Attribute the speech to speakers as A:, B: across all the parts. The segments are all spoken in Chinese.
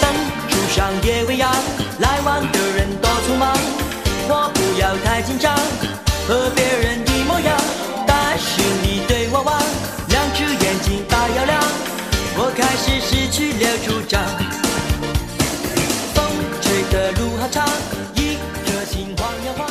A: 灯树上夜未央，来往的人多匆忙。我不要太紧张，和别人一模样。但是你对我望，两只眼睛发摇亮，我开始失去了主张。风吹的路好长，一颗心晃呀晃，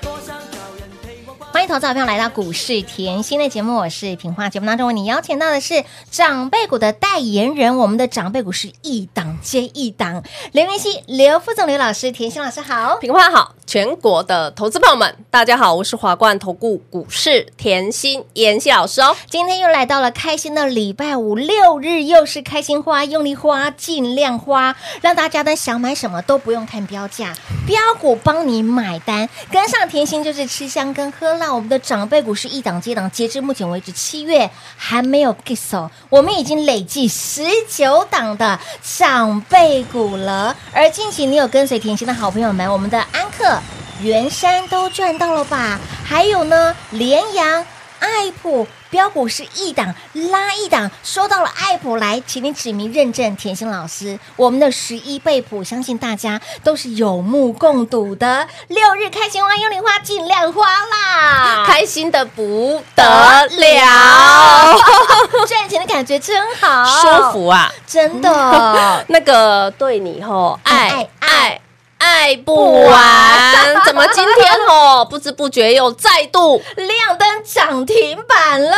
A: 多想找人陪我逛。
B: 欢迎投资好朋友来到股市甜心的节目，我是平花。节目当中为你邀请到的是长辈股的代言人，我们的长辈股是一档接一档。刘云熙、刘副总、刘老师、甜心老师好。
C: 平花好，全国的投资朋友们，大家好，我是华冠投顾股市甜心妍希老师哦。
B: 今天又来到了开心的礼拜五，六日又是开心花，用力花，尽量花，让大家呢想买什么都不用看标价，标股帮你买单，跟上甜心就是吃香跟喝辣。我们的长辈股是一档接档，截至目前为止七月还没有 g i s 哦，我们已经累计十九档的长辈股了。而近期你有跟随甜心的好朋友们，我们的安克。元山都赚到了吧？还有呢，联阳、爱普标股是一档拉一档，说到了爱普来，请你指名认证甜心老师，我们的十一倍普，相信大家都是有目共睹的。六日开心花，幽灵花尽量花啦，
C: 开心的不得了，
B: 赚钱的感觉真好，
C: 舒，服啊！。
B: 真的
C: 那个对你吼，爱
B: 爱爱
C: 爱爱不完， 怎么今天吼不知不觉又再度
B: 亮灯涨停板了，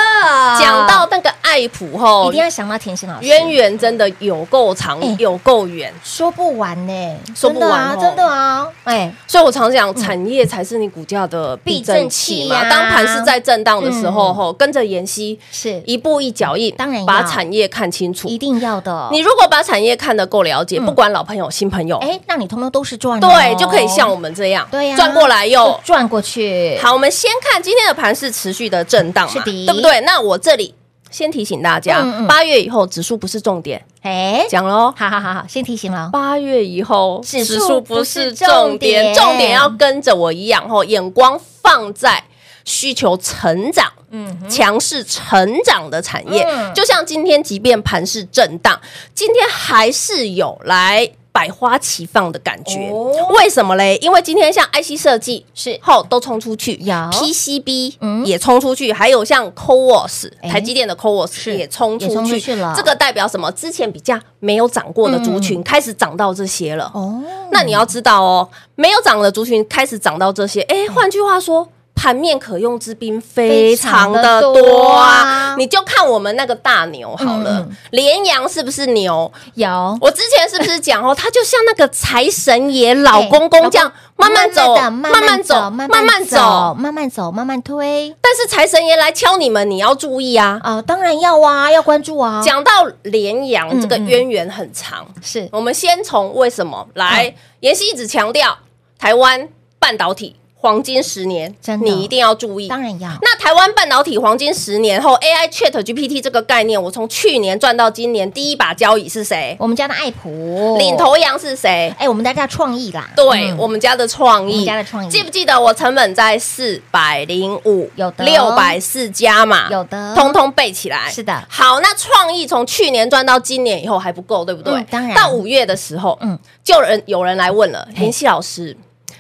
C: 讲到那个爱普
B: 啊一
C: 吼
B: 定，要想到甜心老师，
C: 渊源真的有够长
B: 哎，
C: 有够远。
B: 说不完呢、
C: 说不完哦
B: 真的啊，真的啊哎、
C: 所以我常讲，产业才是你股价的避震器嘛。
B: 避震器啊
C: 当盘是在震荡的时候，
B: 嗯
C: 吼、跟着妍希
B: 是
C: 一步一脚印，
B: 当然要
C: 把产业看清楚。
B: 一定要的。
C: 你如果把产业看得够了解，
B: 嗯
C: 不管老朋友、新朋友，
B: 哎，让你通通都是赚、哦，
C: 对，就可以像我们这样，
B: 对呀、啊
C: 转过来
B: 又
C: 又。
B: 转过去。
C: 好，我们先看今天的盘是持续的震荡
B: 是
C: 嘛，
B: 的
C: 对不对？那我这里先提醒大家
B: 嗯嗯，
C: 八、月以后指数不是重点，
B: 哎，
C: 讲喽。
B: 好好好好，先提醒了哦，
C: 八月以后，
B: 指数
C: 重
B: 不是重点
C: 点，重点要跟着我一样吼，眼光放在需求成长。
B: 嗯哼，
C: 强势成长的产业，
B: 嗯
C: 就像今天，即便盘势震荡，今天还是有来百花齐放的感觉。
B: 哦
C: 为什么嘞？因为今天像 IC 设计是后都冲出去，
B: 有
C: PCB、
B: 嗯
C: 也冲出去，还有像 CoWoS、
B: 哎
C: 台积电的 CoWoS 也冲出
B: 也
C: 去
B: 冲出去了
C: 这个代表什么？之前比较没有涨过的族群、开始涨到这些了。
B: 嗯哦，
C: 那你要知道哦，没有涨的族群开始涨到这些，哎，换句话说。盘面可用之兵非常的
B: 非常的
C: 多
B: 多啊
C: 啊！你就看我们那个大牛好了
B: 嗯嗯，
C: 联阳是不是牛？
B: 有
C: 我之前是不是讲哦，它就像那个财神爷老公公这样，慢慢走，
B: 地慢慢走，慢
C: 慢
B: 慢
C: 慢
B: 走，
C: 走。
B: 慢慢走，慢慢推。
C: 但是财神爷来敲你们，你要注意啊！
B: 哦，当然要啊，要关注啊。
C: 讲到联阳这个
B: 嗯嗯
C: 渊源很长，
B: 是
C: 我们先从为什么
B: 嗯
C: 来？妍希一直强调台湾半导体黄金十年
B: 真，的
C: 你一定要注意。
B: 当然要，
C: 那台湾半导体黄金十年后，AI Chat GPT 这个概念，我从去年赚到今年，第一把交椅是谁？
B: 我们家的爱普
C: 领，头羊是谁？
B: 哎，我们大家创意啦，
C: 对、
B: 嗯
C: 我们家的创
B: 我们
C: 意，
B: 家的创意
C: 记不记得我成本在四百零五，
B: 有的
C: 六百四加嘛，
B: 有的
C: 通通背起来。
B: 是的
C: 好，那创意从去年赚到今年以后还不够，对不对？
B: 嗯当然
C: 到五月的时候，
B: 嗯
C: 嗯，就有人有人来问了，
B: 嘿
C: 妍希老师，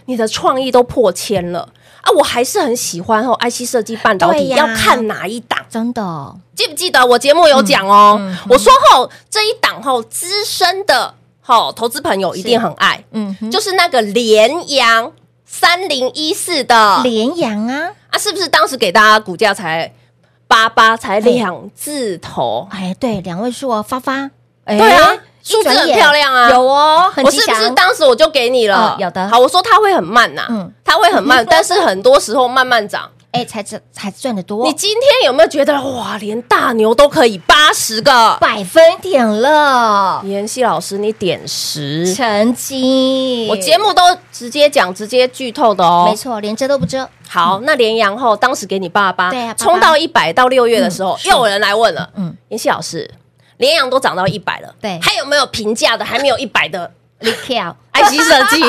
C: 你的创意都破千了。啊，我还是很喜欢哦，IC 设计半导
B: 对
C: 体
B: 呀
C: 要看哪一档，
B: 真的
C: 记不记得我节目有讲哦？
B: 嗯嗯
C: 我说后这一档后资深的吼投资朋友一定很爱，
B: 嗯哼
C: 就是那个联阳三零一四的啊，
B: 联阳啊，
C: 是不是当时给大家股价才八八才两字头？
B: 哎，对，两位数哦，发发，哎
C: 对啊，数字
B: 一转
C: 很
B: 眼
C: 漂亮啊，
B: 有哦，很
C: 我
B: 吉
C: 是不
B: 祥
C: 是当时我就给你了？
B: 嗯有的
C: 好，我说它会很慢呐
B: 嗯，
C: 它会很 慢，但是很多时候慢慢涨。
B: 哎，才赚才赚的多，
C: 你今天有没有觉得哇，连大牛都可以八十个？
B: 百分点了，
C: 妍希老师，你点十，
B: 成绩，
C: 我节目都直接讲，直接剧透的哦。
B: 没错，连遮都不遮，
C: 好，那连阳后当时给你爸爸，
B: 嗯对啊爸爸
C: 冲到一百到六月的时候，又有人来问了，
B: 嗯
C: 嗯，妍希老师，连阳都涨到一百了，
B: 对
C: 还有没有平价的，还没有一百 的
B: 你 跳，
C: IC 设 计？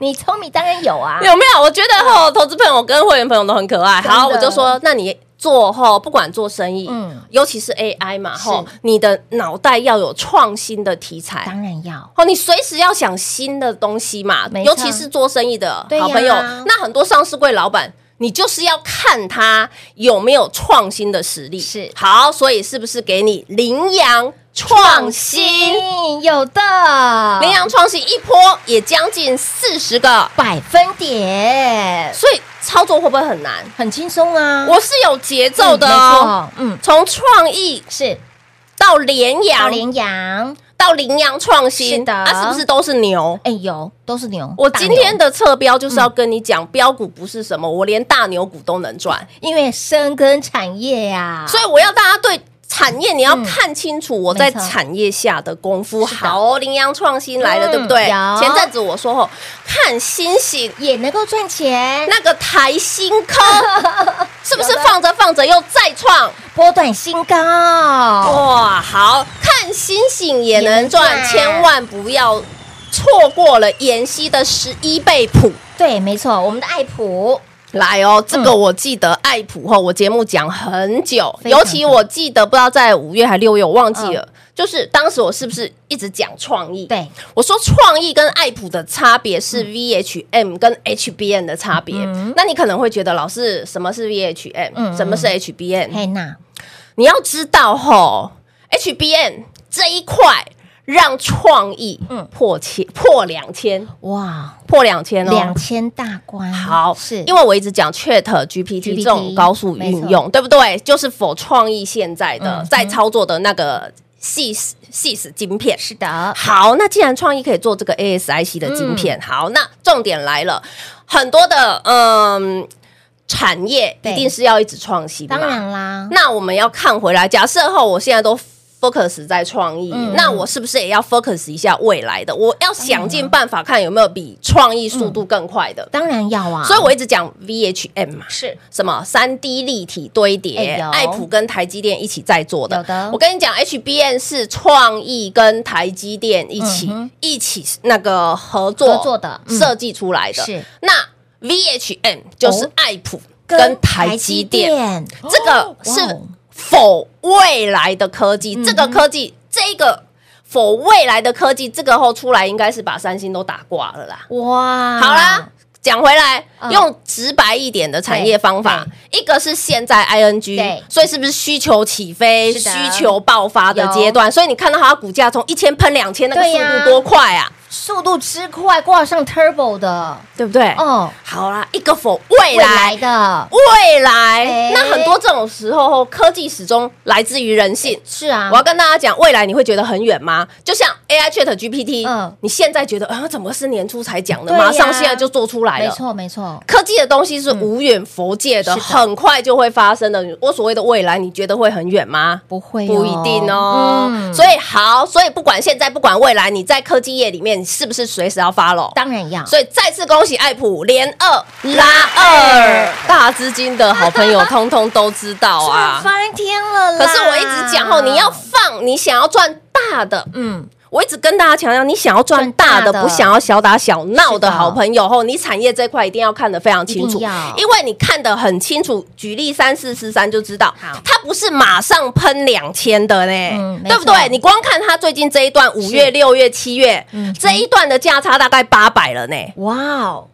B: 你聪明当然有啊，
C: 有没有？我觉得
B: 嗯
C: 吼，投资朋友跟会员朋友都很可爱。
B: 真的
C: 好，我就说，那你做吼，不管做生意，
B: 啊嗯
C: 嗯，尤其是 AI 嘛，吼
B: 是，
C: 你的脑袋要有创新的题材。
B: 当然要，
C: 哦，你随时要想新的东西嘛
B: 没，错
C: 尤其是做生意的
B: 对呀
C: 好朋友。那很多上市柜老板，你就是要看他有没有创新的实力。
B: 是
C: 好，所以是不是给你羚羊创新？
B: 嗯，有的，
C: 羚羊创新一波也将近四十个，
B: 百分点，
C: 所以操作会不会很难？
B: 很轻松啊，
C: 我是有节奏的哦。
B: 嗯，没错嗯，
C: 从创意
B: 是
C: 到联
B: 大
C: 阳，
B: 羚羊，
C: 到羚羊创新，
B: 是的
C: 啊，是不是都是牛？
B: 哎，有都是牛，
C: 我
B: 大
C: 今
B: 牛嗯
C: 天的侧标就是要跟你讲，标股不是什么，我连大牛股都能赚，
B: 因为深耕产业啊呀，
C: 所以我要大家对产业你要看清楚我在
B: 没错
C: 产业下的功夫。
B: 是的
C: 好哦，羚羊创新来了，
B: 嗯
C: 对不对？
B: 有
C: 前阵子我说吼，看星星
B: 也能够赚钱，
C: 那个台新 科，是不是放着放着又再创？
B: 波段新高，
C: 哇，好看星星也能
B: 也
C: 赚，
B: 能赚
C: 千万不要错过了妍希的十一倍谱。
B: 对，没错，我们的爱普
C: 来哦，这个我记得爱普后，我节目讲很久，
B: 嗯非常嗯
C: 尤其我记得不知道在五月还六月，我忘记了。就是当时我是不是一直讲创意？，
B: 对，嗯
C: 我说创意跟爱普的差别是 VHM 跟 HBN 的差别。那你可能会觉得老师什么是 VHM，、
B: 嗯
C: 什么是 HBN？
B: 嘿娜，
C: 你要知道吼，HBN 这一块让创意
B: 嗯
C: 破千、破两千
B: 哇，
C: 破两千哦，
B: 两千大关，
C: 好，
B: 嗯是
C: 因为我一直讲 Chat GPT 这种高速运
B: 没
C: 用，对不对？就是否创意现在的、
B: 嗯
C: 在操作的那个细丝细丝晶片。
B: 是的，
C: 好，那既然创意可以做这个 ASIC 的晶
B: 嗯
C: 片，好，那重点来了，很多的嗯产业
B: 对
C: 一定是要一直创新嘛，
B: 当然啦，
C: 那我们要看回来，假设后我现在都 focus 在创意，
B: 嗯
C: 那我是不是也要 focus 一下未来的？我要想尽办法看有没有比创意速
B: 嗯
C: 度更快的。
B: 当然要啊，
C: 所以我一直讲 VHM 嘛，
B: 是
C: 什么三 D 立体堆叠，
B: 哎有
C: 爱普跟台积电一起在做
B: 有
C: 的。
B: 的
C: 我跟你讲，HBN 是创意跟台积电一起、
B: 嗯
C: 一起那个合作
B: 合作的嗯
C: 设计出来的。
B: 是哦
C: 那 VHM 就是爱普跟
B: 跟
C: 台
B: 台
C: 积
B: 积
C: 电。
B: 电
C: 这个
B: 哇
C: 是
B: 哦嗯
C: 否未来的科技？这个科技，这个否未来的科技，这个后出来应该是把三星都打挂了啦。
B: 哇，
C: 好啦，，讲回来，
B: 嗯
C: 用直白一点的产业方法，一个是现在 ING，
B: 对
C: 所以是不是需求起飞、
B: 是
C: 需
B: 的
C: 求爆发的阶段？所以你看到它的股价从一千喷两千，那个
B: 对
C: 速
B: 呀
C: 度多快啊，
B: 速度之快，挂上 turbo 的
C: 对不对？
B: 哦，
C: 好啦，一个否哎未
B: 未
C: 来
B: 来的
C: 未来，
B: 哎
C: 那很多这种时候，科技始终来自于人性。
B: 是啊
C: 我，要跟大家讲，未来你会觉得很远吗？就像 AI Chat GPT，
B: 嗯
C: 你现在觉得啊，怎么是年初才讲的，
B: 对呀
C: 马上现在就做出来
B: 没
C: 了。
B: 错没错，
C: 科技的东西是无远佛界嗯的，
B: 是的
C: 很快就会发生的。我所谓的未来，你觉得会很远吗？
B: 不会
C: 不一定哦。
B: 嗯
C: 所以好，所以不管现在，不管未来，你在科技业里面，你是不是随时要 follow？
B: 当然要，
C: 所以再次恭喜爱普连二拉二， 大资金的好朋 友通通都知道啊
B: 赚。翻天了啦！
C: 可是我一直讲哦，你要放，你想要赚大的。
B: 啊嗯，
C: 我一直跟大家强调，你想要赚大的，
B: 赚大的
C: 不想要小打小闹
B: 是的
C: 的好朋友吼，你产业这块一定要看得非常清
B: 一
C: 楚
B: 定要，
C: 因为你看得很清楚。举例三四四三就知道
B: 好，
C: 它不是马上喷两千的
B: 嗯
C: 呢，
B: 没
C: 对不
B: 错
C: 对？你光看它最近这一段五月、六月、七月
B: 嗯
C: 这一段的价差大概八百了呢。
B: 哇哦，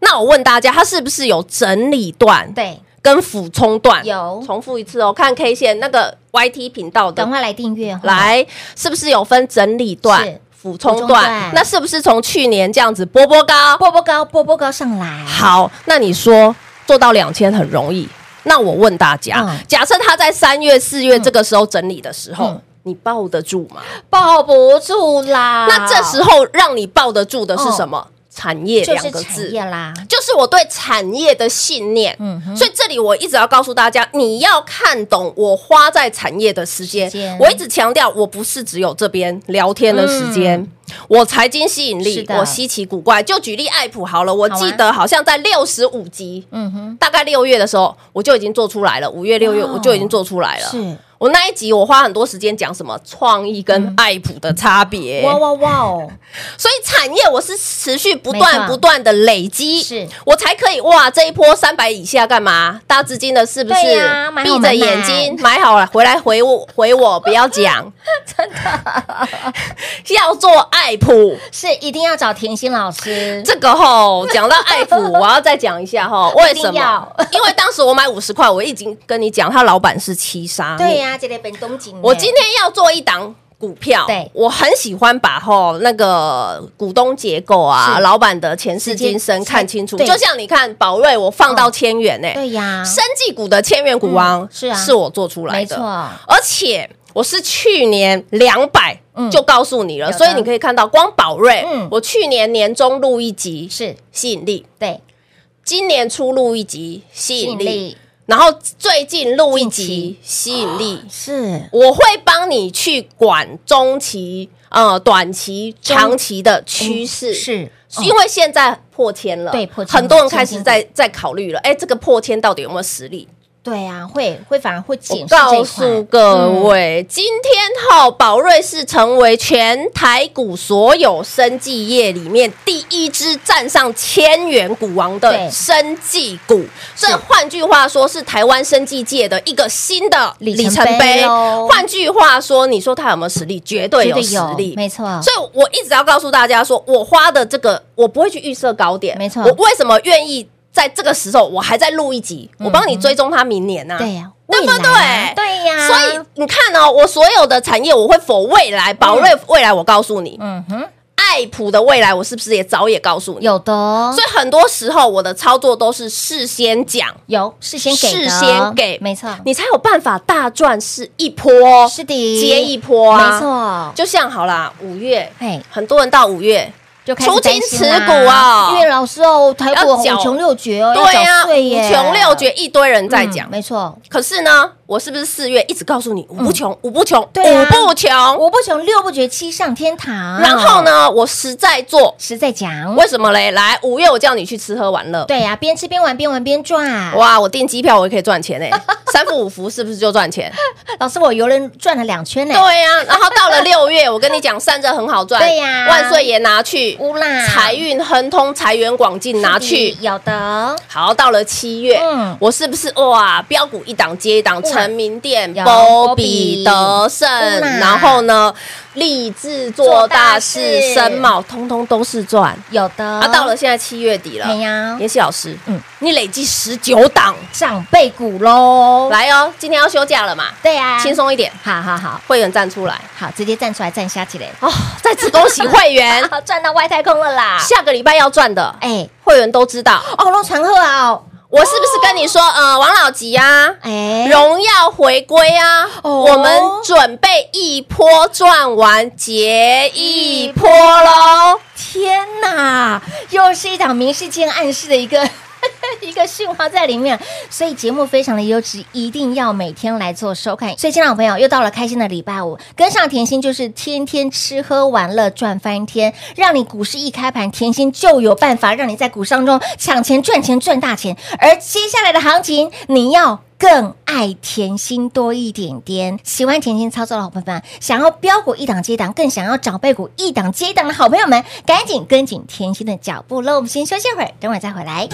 C: 那我问大家，它是不是有整理段
B: 对，
C: 跟俯冲段？
B: 有
C: 重复一次哦，看 K 线那个 YT 频道的
B: 赶快来订阅哦，
C: 来，是不是有分整理
B: 是
C: 段、俯冲
B: 俯冲段
C: 段？那是不是从去年这样子波波高？
B: 波波高，波波高上来，
C: 好，那你说做到两千很容易？那我问大家，
B: 嗯
C: 假设他在三月、四月这个时候整理的时候，
B: 嗯
C: 你抱得住吗？
B: 保不住啦。
C: 那这时候让你抱得住的是什么？产业
B: 嗯就
C: 两
B: 是
C: 个字
B: 产，业啦，
C: 就是我对产业的信念。
B: 嗯哼
C: 所以这里我一直要告诉大家，你要看懂我花在产业的时间
B: 时间。
C: 我一直强调，我不是只有这边聊天的时间。我财经吸引
B: 嗯是
C: 力，
B: 的
C: 我稀奇古怪。就举例爱普好了，我
B: 好啊
C: 记得好像在六十五集，
B: 嗯哼，
C: 大概六月的时候，我就已经做出来了。五月、六月
B: 哇哦
C: 我就已经做出来了。
B: 是
C: 我那一集我花很多时间讲什么创意跟爱普的差别。
B: 嗯哇哇哇 哦，
C: 所以产业我是持续不
B: 没
C: 断
B: 错
C: 不断的累积，
B: 是
C: 我才可以哇，这一波三百以下干嘛？大资金的是不是
B: 对呀买好
C: 闭着眼睛买好了回来回我回我，不要 讲，真的要做爱普。
B: 是一定要找甜心老师，
C: 这个吼，讲到爱普，我要再讲一下吼，为什
B: 一定要
C: 么？因为当时我买五十块，我已经跟你讲，他老板是七杀，
B: 对呀，这里本东景呢，
C: 我今天要做一档股票，
B: 对
C: 我很喜欢把吼那个股东结构啊、
B: 是
C: 老板的前世今
B: 直
C: 生
B: 接
C: 看清楚。
B: 对
C: 就像你看宝瑞，我放到
B: 嗯
C: 千元呢、
B: 对呀，
C: 生技股的千元股王、
B: 嗯是啊
C: 是我做出来
B: 没
C: 的，
B: 错，
C: 而且我是去年两百、
B: 嗯
C: 就告诉你了，
B: 有的
C: 所以你可以看到光宝瑞，
B: 嗯
C: 我去年年中录一集
B: 是
C: 吸引力，
B: 对，
C: 今年初录一集吸
B: 吸
C: 引
B: 引
C: 力，
B: 力
C: 然后最近录一
B: 近
C: 集吸引力。
B: 是
C: 我会帮你去管中期、呃短期、长期的趋势，
B: 嗯
C: 嗯
B: 是，
C: 因为现在破千了，
B: 对破千了
C: 很多人开始
B: 千
C: 在在考虑了，哎，这个破千到底有没有实力？
B: 对啊，会会反而
C: 我
B: 会减视这
C: 告
B: 一块
C: 诉各位，今天后宝瑞是成为全台股所有生技业里面第一支站上千元股王
B: 对
C: 的生技股。这换句话说，是台湾生技界的一个新的
B: 里
C: 里
B: 程
C: 程
B: 碑
C: 碑
B: 哦。
C: 换句话说，你说他有没有实力？绝对
B: 绝
C: 有
B: 对
C: 实力，
B: 没错，
C: 所以我一直要告诉大家说，我花的这个我不会去预设高点，
B: 没错
C: 我为什么愿意在这个时候我还在录一集，我帮你追踪它明年啊呐、
B: 嗯对呀，
C: 对不
B: 未来啊
C: 对
B: 对呀，
C: 所以你看哦，我所有的产业我会否未来宝瑞未来，我告诉你，
B: 嗯哼，
C: 爱普的未来我是不是也早也告诉你？
B: 有的哦
C: 所以很多时候我的操作都是事先讲，
B: 有事先给的
C: 事
B: 哦
C: 先给
B: 没错，
C: 你才有办法大赚是一波
B: 是的，
C: 接一波啊。
B: 没，错，
C: 就像好啦，五月
B: 嘿，
C: 很多人到五月
B: 就开始
C: 出
B: 担
C: 金
B: 心啦
C: 持股啊
B: 因为老师哦，台股
C: 要
B: 五
C: 缴
B: 穷六绝哦，
C: 对
B: 呀，
C: 呀，
B: 五
C: 五穷六绝，一堆人在
B: 嗯
C: 讲。
B: 没错，
C: 可是呢，我是不是四月一直告诉你五不穷，五不穷，
B: 对啊
C: 五不穷？
B: 五不穷六不绝七上天堂，
C: 哦然后？呢，我实在做，
B: 实在讲，
C: 为什么嘞？来，五月我叫你去吃喝玩乐，
B: 对啊呀，边吃边玩，边玩边赚。
C: 哇，我订机票我也可以赚钱哎，三伏五伏是不是就赚钱？
B: 老师，我游轮转了两圈呢，
C: 对呀、然后到了六月，我跟你讲，散热很好赚，
B: 对呀嗯
C: 万岁爷拿去，
B: 乌啦，
C: 财运亨通，财源广进拿去
B: 是。的有的，
C: 好，到了七月，
B: 嗯
C: 我是不是哇？标股一档接一档，
B: 哇
C: 成名店、
B: 有
C: 波比、德胜
B: 哇，
C: 然后呢，立志
B: 做
C: 做
B: 大
C: 大
B: 事
C: 事，深茂，通通都是赚。
B: 有的。
C: 啊，到了啊现在七月底了
B: 哎，呀，
C: 妍希老师，
B: 嗯
C: 嗯，你累计十九档，
B: 长辈股喽，，
C: 来哦，今天要休假了嘛，
B: 对呀，
C: 轻，松一点，
B: 啊好好好
C: 会员站出来
B: 好，直接站出来站下起来，
C: 哦，再次恭喜会 员，
B: 好 赚到外太空了啦！
C: 下个礼拜要赚的，
B: 哎，
C: 会员都知道，
B: 哦，龙传鹤啊，哦
C: 我是不是跟你说，呃，王老吉啊，
B: 哎，
C: 荣耀回归啊！
B: 哦
C: 我们准备一波赚完结一波喽。
B: 天哪，又是一档明示间暗示的一个 一个讯号在里面，所以节目非常的优质，一定要每天来做收看。所以，亲爱的朋友，又到了开心的礼拜五，跟上甜心就是天天吃喝玩乐赚翻天，让你股市一开盘，甜心就有办法让你在股商中抢钱、赚钱、赚大钱。而接下来的行情，你要。更爱甜心多一点点。喜欢甜心操作的好朋友们，想要标股一档接一档，更想要长辈股一档接一档的好朋友们，赶紧跟紧甜心的脚步喽！我们先休息会儿，等会儿再回来。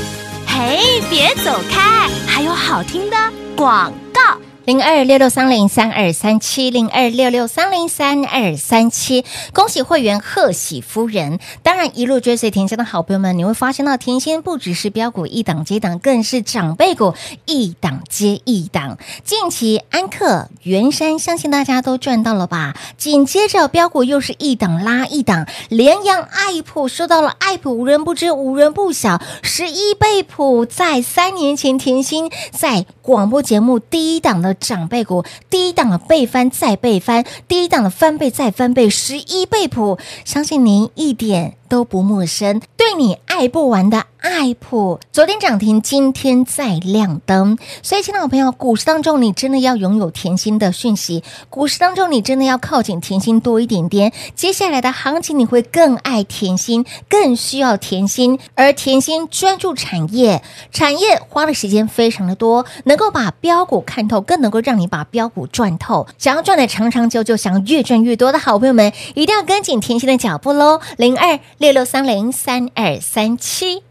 D: 嘿，别走开，还有好听的广告。
B: 零二六六三零三二三七零二六六三零三二三七，恭喜会员贺喜夫人！当然，一路追随甜心的好朋友们，你会发现到甜心不只是标股一档接一档，更是长辈股一档接一档。近期安克、元山，相信大家都赚到了吧？紧接着标股又是一档拉一档，联阳、爱普说到了爱普，无人不知，无人不晓，十一倍普在三年前甜心在广播节目第一档的。长辈股，低档的倍翻再倍翻，低档的翻倍再翻倍，十一倍谱，相信您一点都不陌生。对你爱不完的爱普，昨天涨停，今天再亮灯。所以，亲爱的朋友，股市当中你真的要拥有甜心的讯息，股市当中你真的要靠近甜心多一点点。接下来的行情你会更爱甜心，更需要甜心，而甜心专注产业，产业花的时间非常的多，能够把标股看透，更能够让你把标股赚透。想要赚的长长久久，想要越赚越多的好朋友们，一定要跟紧甜心的脚步喽！零二六六三零三二三七。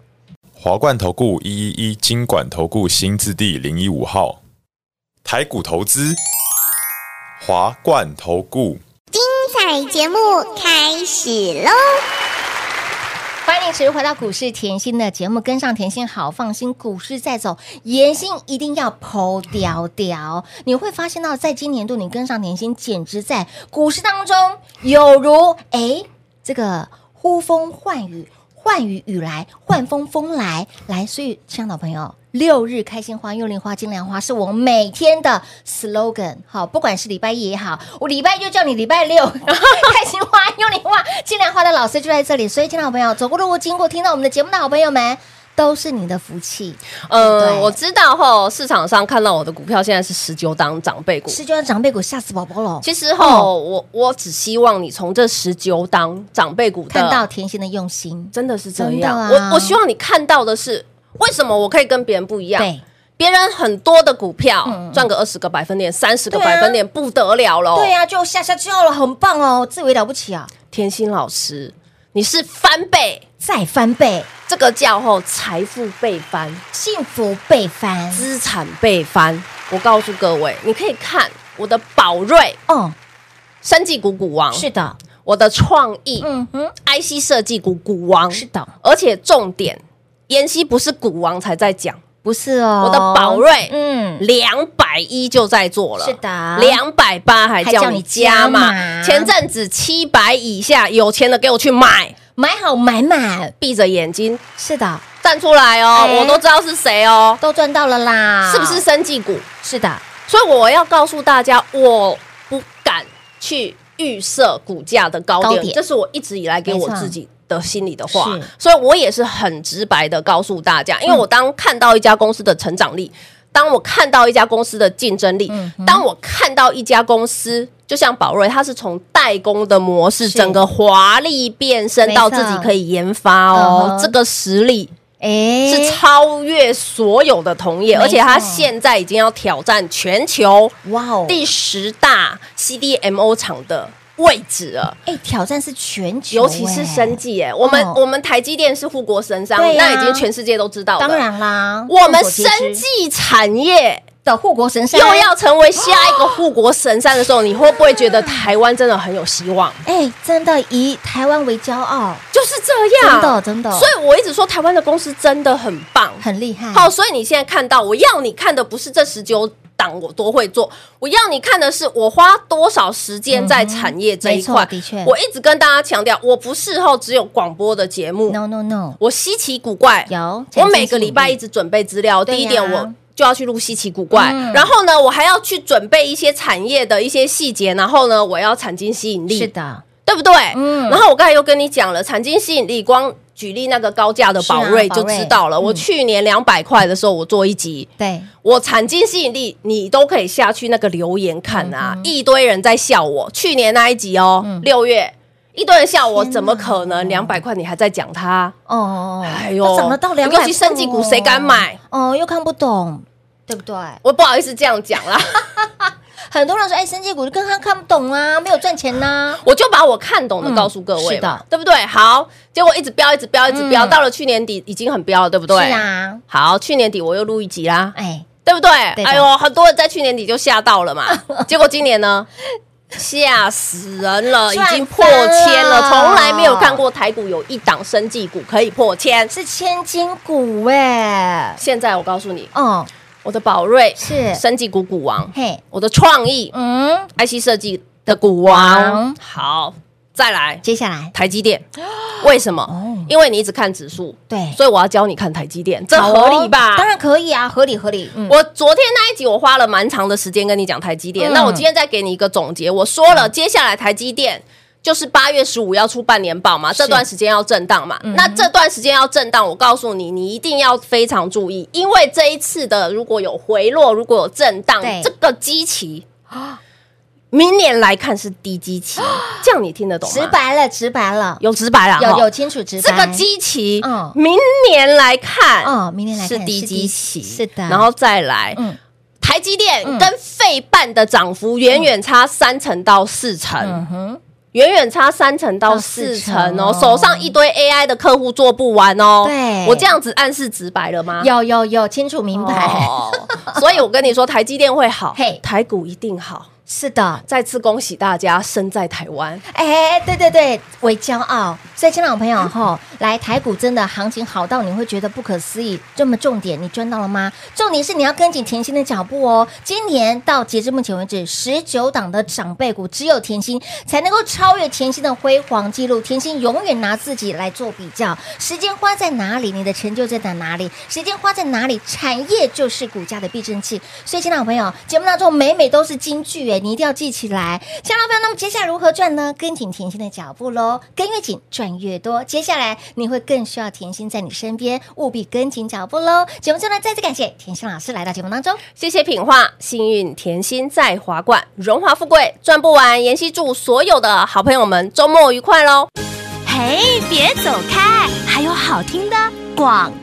E: 华冠投顾一一一金管投顾新字第零一五号，台股投资，华冠投顾。
F: 彩节目开始喽！
B: 欢迎你持续回到股市甜心的节目，跟上甜心好放心，股市在走，甜心一定要抛掉掉。你会发现到，在今年度你跟上甜心，简直在股市当中有如哎这个呼风唤雨。唤雨雨来，唤风风来，来，所以，亲爱的朋友，六日开心花、幼龄花、金兰花是我每天的 slogan。好，不管是礼拜一也好，我礼拜就叫你礼拜六 开心花、幼龄花、金兰花的老师就在这里。所以，亲爱的朋友，走过路过经过听到我们的节目的好朋友们，都是你的福气。嗯对
C: 呃，我知道吼，市场上看到我的股票现在是十九档长辈股。
B: 是就让长辈给我吓死宝宝了。
C: 其实吼，我我只希望你从这十九档长辈股的
B: 看到甜心的用心，
C: 真的是这
B: 真的
C: 样。
B: 啊
C: 我我希望你看到的是，为什么我可以跟别人不一样？
B: 对
C: 别人很多的股票
B: 嗯
C: 赚个二十个百分点、三十个
B: 对啊
C: 百分点，不得了喽！
B: 对呀、啊就下下就了，很棒哦，自以为了不起啊，
C: 甜心老师，你是翻倍，
B: 再翻倍，
C: 这个叫吼财富倍翻，
B: 幸福倍翻
C: 资产倍翻。我告诉各位，你可以看我的宝瑞、
B: 哦，
C: 生技股股王，
B: 是的，
C: 我的创意、
B: 嗯哼，
C: IC 设计股股王，
B: 是的，
C: 而且重点，妍希不是股王才在讲，
B: 不是哦，
C: 我的宝瑞
B: 嗯，
C: 两百一就在做了，
B: 是的
C: 两百八还叫你加码。
B: 还叫你加码
C: 前阵子七百以下有钱的给我去买，
B: 买好买满，
C: 闭着眼睛
B: 是的，
C: 站出来哦，
B: 哎啊
C: 我都知道是谁哦，
B: 都赚到了啦，
C: 是不是？生技股？
B: 是的，
C: 所以我要告诉大家，我不敢去预设股价的高点，
B: 高点
C: 这是我一直以来给我
B: 没错
C: 自己。的心里的话
B: 是，
C: 所以我也是很直白的告诉大家，因为我当看到一家公司的成长力，当我看到一家公司的竞争力，
B: 嗯嗯哼
C: 当我看到一家公司，就像宝瑞，它是从代工的模式，
B: 是
C: 整个华丽变身
B: 没
C: 到
B: 错
C: 自己可以研发哦
B: 嗯哼，
C: 这个实力
B: 哎，
C: 是超越所有的同业，
B: 没错
C: 而且它现在已经要挑战全球
B: 哇哦，
C: 第十大 CDMO 厂的位置了，
B: 哎，挑战是全球，
C: 尤其是生
B: 升，
C: 技哎，我们
B: 哦
C: 我们台积电是护国神山
B: 对，呀
C: 那已经全世界都知道了。
B: 当，然啦，
C: 我们
B: 众所皆知
C: 生技产业
B: 的护国神山
C: 又要成为下一个护国神山的时候，你会不会觉得台湾真的很有希望？
B: 哎，真的以台湾为骄傲，
C: 就是这
B: 真
C: 样，
B: 的真的，
C: 所以我一直说台湾的公司真的很棒，
B: 很厉害，
C: 好，所以你现在看到，我要你看的不是这十九档我多会做，我要你看的是我花多少时间在产业这一块。
B: 嗯哼没错的确
C: 我一直跟大家强调，我不事后只有广播的节目，
B: ，no no no，
C: 我稀奇古怪。
B: 有，
C: 我每个礼拜一
B: 直
C: 直准备资料，
B: 对呀
C: 第一点我。就要去录稀奇古怪，
B: 嗯
C: 然后呢，我还要去准备一些产业的一些细节，然后呢，我要产经吸引力，
B: 是的，
C: 对不对？
B: 嗯
C: 然后我刚才又跟你讲了，产经吸引力，光举例那个高价的宝瑞
B: 是啊宝
C: 就
B: 瑞
C: 知道了。
B: 嗯
C: 我去年两百块的时候，我做一集。
B: 对，
C: 我产经吸引力，你都可以下去那个留言看啊，
B: 嗯
C: 一堆人在笑我。去年那一集哦，六、月一堆人笑我，
B: 天哪
C: 怎么可能两百块你还在讲它？
B: 哦，
C: 哎
B: 都涨了到两百，
C: 尤其生技股谁敢买？
B: 哦，又看不懂，对不对？
C: 我不好意思这样讲 啦，
B: 很多人说，哎，生技股就跟他看不懂啊，没有赚钱呐，
C: 我就把我看懂的
B: 嗯
C: 告诉各位
B: 是的
C: 嘛，对不对？好，结果一直飙，一直飙，一直飙，
B: 嗯
C: 到了去年底已经很飙了，对不对？
B: 是啊，
C: 好，去年底我又录一集啦，
B: 哎，
C: 对不对？
B: 对的
C: 哎呦，很多人在去年底就吓到了嘛， 结果今年呢，吓死人了，已
B: 赚
C: 经破千了，
B: 翻了
C: 从来没有看过台股有一档生技股可以破千。
B: 是千金股哎，
C: 现在我告诉你，
B: 哦，
C: 我的宝瑞
B: 是
C: 生技股股王，
B: 嘿，
C: 我的创意
B: 嗯，
C: IC 设计的股王
B: 王，
C: 好，再来，
B: 接下来
C: 台积电， 为什么？因为你一直看指数，
B: 哦对
C: 所以我要教你看台积电，这
B: 好
C: 合
B: 哦
C: 理吧？
B: 当然可以啊，合理合理。嗯，
C: 我昨天那一集我花了蛮长的时间跟你讲台积电，
B: 嗯
C: 那我今天再给你一个总结，我说了，接下来台积电。就是八月十五要出半年报嘛，这段时间要震荡
B: 嗯
C: 嘛。那这段时间要震荡，我告诉你，你一定要非常注意，因为这一次的如果有回落，如果有震荡
B: 对，
C: 这个基期 明年来看是低基期，这样你听得懂吗？
B: 直白了，直白了，
C: 有直白啦，
B: 有
C: 哈
B: 有清楚直白。
C: 这个基期
B: 嗯，
C: 明年来看，
B: 哦明年来看
C: 是低
B: 是
C: 基
B: 低
C: 期，
B: 是的
C: 然后再来，
B: 嗯
C: 台积电
B: 嗯
C: 跟费半的涨幅远远差三成到四成
B: 嗯。哼，
C: 远远差三成到四成
B: 到
C: 哦
B: 四，成哦
C: 手上一堆 AI 的客户做不完哦。
B: 对
C: 我这样子暗示直白了吗？
B: 有有有清楚明白，
C: 哦，所以我跟你说，台积电会好
B: 嘿，
C: 台股一定好。
B: 是的。
C: 再次恭喜大家身在台湾，
B: 哎，对对对，为骄傲。所以，亲爱的朋友吼，来台股真的行情好到你会觉得不可思议。这么重点，你赚到了吗？重点是你要跟紧甜心的脚步哦。今年到截至目前为止，十九档的长辈股，只有甜心才能够超越甜心的辉煌记录。甜心永远拿自己来做比较，时间花在哪里，你的成就在哪里？时间花在哪里，产业就是股价的避震器。所以，亲爱的朋友，节目当中每每都是金句哎，你一定要记起来。亲爱的朋友，那么接下来如何赚呢？跟紧甜心的脚步喽，跟越紧赚越多。接下来你会更需要甜心在你身边，务必跟紧脚步喽。节目最后呢，再次感谢甜心老师来到节目当中。
C: 谢谢品画，幸运甜心在华冠，荣华富贵赚不完。妍希祝所有的好朋友们周末愉快喽！
D: 嘿，别走开，还有好听的广告。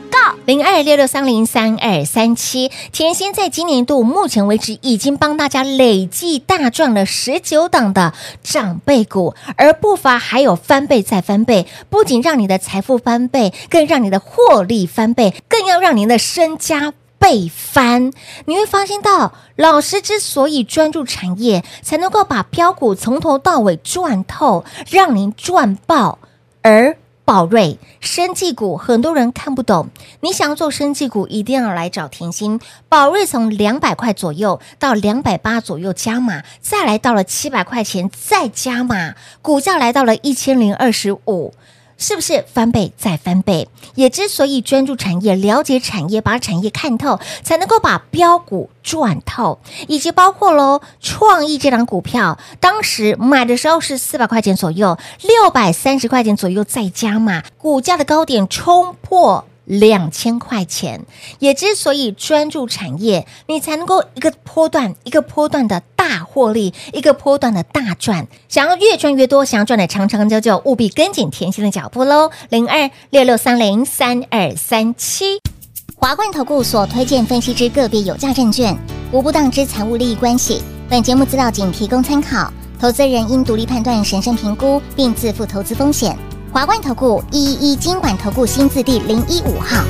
B: 零二六六三零三二三七。甜心在今年度目前为止已经帮大家累计大赚了十九档的长辈股，而不乏还有翻倍再翻倍，不仅让你的财富翻倍，更让你的获利翻倍，更要让您的身家。倍翻，你会发现到老师之所以专注产业，才能够把标股从头到尾赚透，让您赚爆。而宝瑞生技股很多人看不懂，你想要做生技股，一定要来找甜心。宝瑞从两百块左右到两百八左右加码，再来到了七百块钱再加码，股价来到了一千零二十五。是不是翻倍再翻倍？也之所以专注产业、了解产业、把产业看透，才能够把标股赚透，以及包括喽创意这档股票，当时买的时候是四百块钱左右，六百三十块钱左右再加码，股价的高点冲破。两千块钱，也之所以专注产业，你才能够一个波段一个波段的大获利，一个波段的大赚。想要越赚越多，想要赚的长长久久，务必跟紧甜心的脚步喽！零二六六三零三二三七。
F: 华冠投顾所推荐分析之个别有价证券，无不当之财务利益关系。本节目资料仅提供参考，投资人应独立判断、审慎评估，并自负投资风险。华冠投顾一一一金管投顾新字第零一五号。